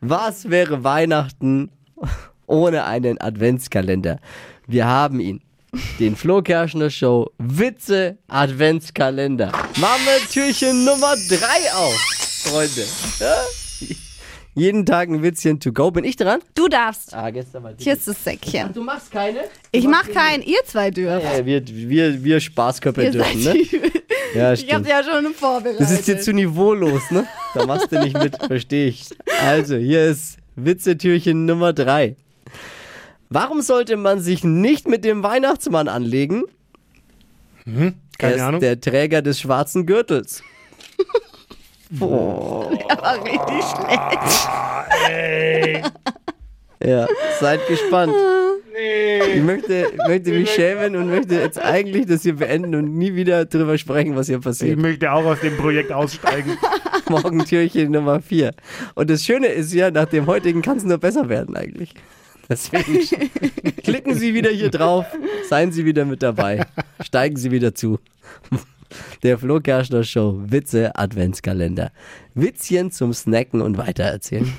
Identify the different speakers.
Speaker 1: Was wäre Weihnachten ohne einen Adventskalender? Wir haben ihn. Den Flo Kerschner Show Witze Adventskalender. Machen wir Türchen Nummer 3 auf, Freunde. Ja? Jeden Tag ein Witzchen to go. Bin ich dran?
Speaker 2: Du darfst.
Speaker 1: Ah, gestern war die.
Speaker 2: Hier ist das Säckchen.
Speaker 1: Du machst keine?
Speaker 2: Ich mach keinen, ihr zwei dürft.
Speaker 1: Ja, wir, wir, wir Spaßköpfe
Speaker 2: Ihr seid
Speaker 1: dürfen, ne?
Speaker 2: die.
Speaker 1: Ja,
Speaker 2: Ich hab's ja schon vorbereitet.
Speaker 1: Das ist dir zu niveaulos, ne? Da machst du nicht mit, verstehe ich. Also, hier ist Witzetürchen Nummer 3. Warum sollte man sich nicht mit dem Weihnachtsmann anlegen?
Speaker 3: Keine
Speaker 1: er ist
Speaker 3: Ahnung.
Speaker 1: der Träger des schwarzen Gürtels.
Speaker 2: Aber richtig schlecht.
Speaker 1: Ja, seid gespannt. Ich möchte, möchte mich schämen und möchte jetzt eigentlich das hier beenden und nie wieder drüber sprechen, was hier
Speaker 3: Ich
Speaker 1: passiert.
Speaker 3: möchte auch aus dem Projekt aussteigen.
Speaker 1: Morgen Türchen Nummer 4. Und das Schöne ist ja, nach dem heutigen kann es nur besser werden eigentlich. Deswegen klicken Sie wieder hier drauf, seien Sie wieder mit dabei, steigen Sie wieder zu. Der Flo Kerschner Show Witze Adventskalender. Witzchen zum Snacken und weitererzählen.